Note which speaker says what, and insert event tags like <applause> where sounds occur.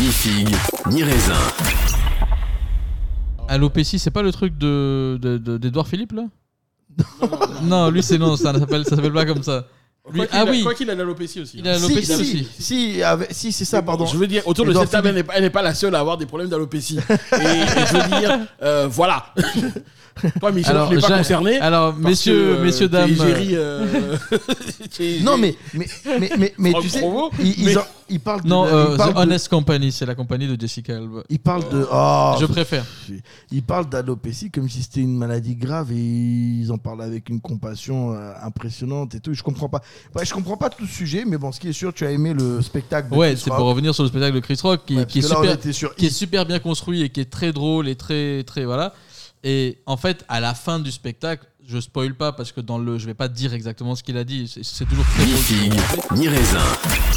Speaker 1: Ni figue, ni raisin.
Speaker 2: Alopécie, c'est pas le truc de, de- de- d'Edouard Philippe là <laughs> Non, lui c'est non, ça ne s'appelle, ça s'appelle pas comme ça. Lui-
Speaker 3: Quoi qu'il
Speaker 2: ah
Speaker 3: a-
Speaker 2: oui.
Speaker 3: Quoi qu'il a l'alopécie aussi.
Speaker 2: Il a l'alopécie
Speaker 3: si,
Speaker 2: Euh, aussi.
Speaker 4: Si, si, avec- si, c'est ça, pardon.
Speaker 3: Je veux dire, autour de
Speaker 4: Edouard
Speaker 3: cette table, elle
Speaker 4: Philippe.
Speaker 3: n'est pas- elle n'est pas la seule à avoir des problèmes d'alopécie. et, et je veux dire, euh, voilà.
Speaker 2: <laughs>
Speaker 3: Toi, Michel,
Speaker 2: Alors,
Speaker 3: tu n'es pas
Speaker 2: j'a-
Speaker 3: concerné.
Speaker 2: Alors,
Speaker 3: parce
Speaker 2: messieurs,
Speaker 3: que, euh,
Speaker 2: messieurs,
Speaker 3: t'es
Speaker 2: dames,
Speaker 3: égérie, euh, <laughs> t'es
Speaker 4: Non,
Speaker 3: égérie.
Speaker 4: mais, mais, mais, mais, mais tu
Speaker 3: Franck
Speaker 4: sais,
Speaker 3: Provost,
Speaker 4: ils, ils
Speaker 3: mais-
Speaker 4: en- ils parlent de.
Speaker 2: non,
Speaker 4: la-
Speaker 2: euh,
Speaker 4: ils
Speaker 2: The
Speaker 4: parlent de.
Speaker 2: Honest Company, c'est la compagnie de Jessica Alba.
Speaker 4: Ils parlent de. ah,
Speaker 2: Je préfère.
Speaker 4: Ils parlent d'alopécie comme si c'était une maladie grave et ils en parlent avec une compassion euh, impressionnante et tout. Je comprends pas. Ouais, je comprends pas tout le sujet, mais bon, ce qui est sûr, tu as aimé le spectacle. De
Speaker 2: Ouais,
Speaker 4: Chris
Speaker 2: c'est
Speaker 4: Rock.
Speaker 2: pour revenir sur le spectacle de Chris Rock qui,
Speaker 4: Ouais, parce
Speaker 2: qui est
Speaker 4: que là, on
Speaker 2: super,
Speaker 4: était sur
Speaker 2: qui est super bien construit et qui est très drôle et très très voilà. Et en fait, à la fin du spectacle, je spoil pas parce que dans le, je vais pas dire exactement ce qu'il a dit. C'est c'est toujours très
Speaker 1: Ni
Speaker 2: drôle.
Speaker 1: figue, ni raisin.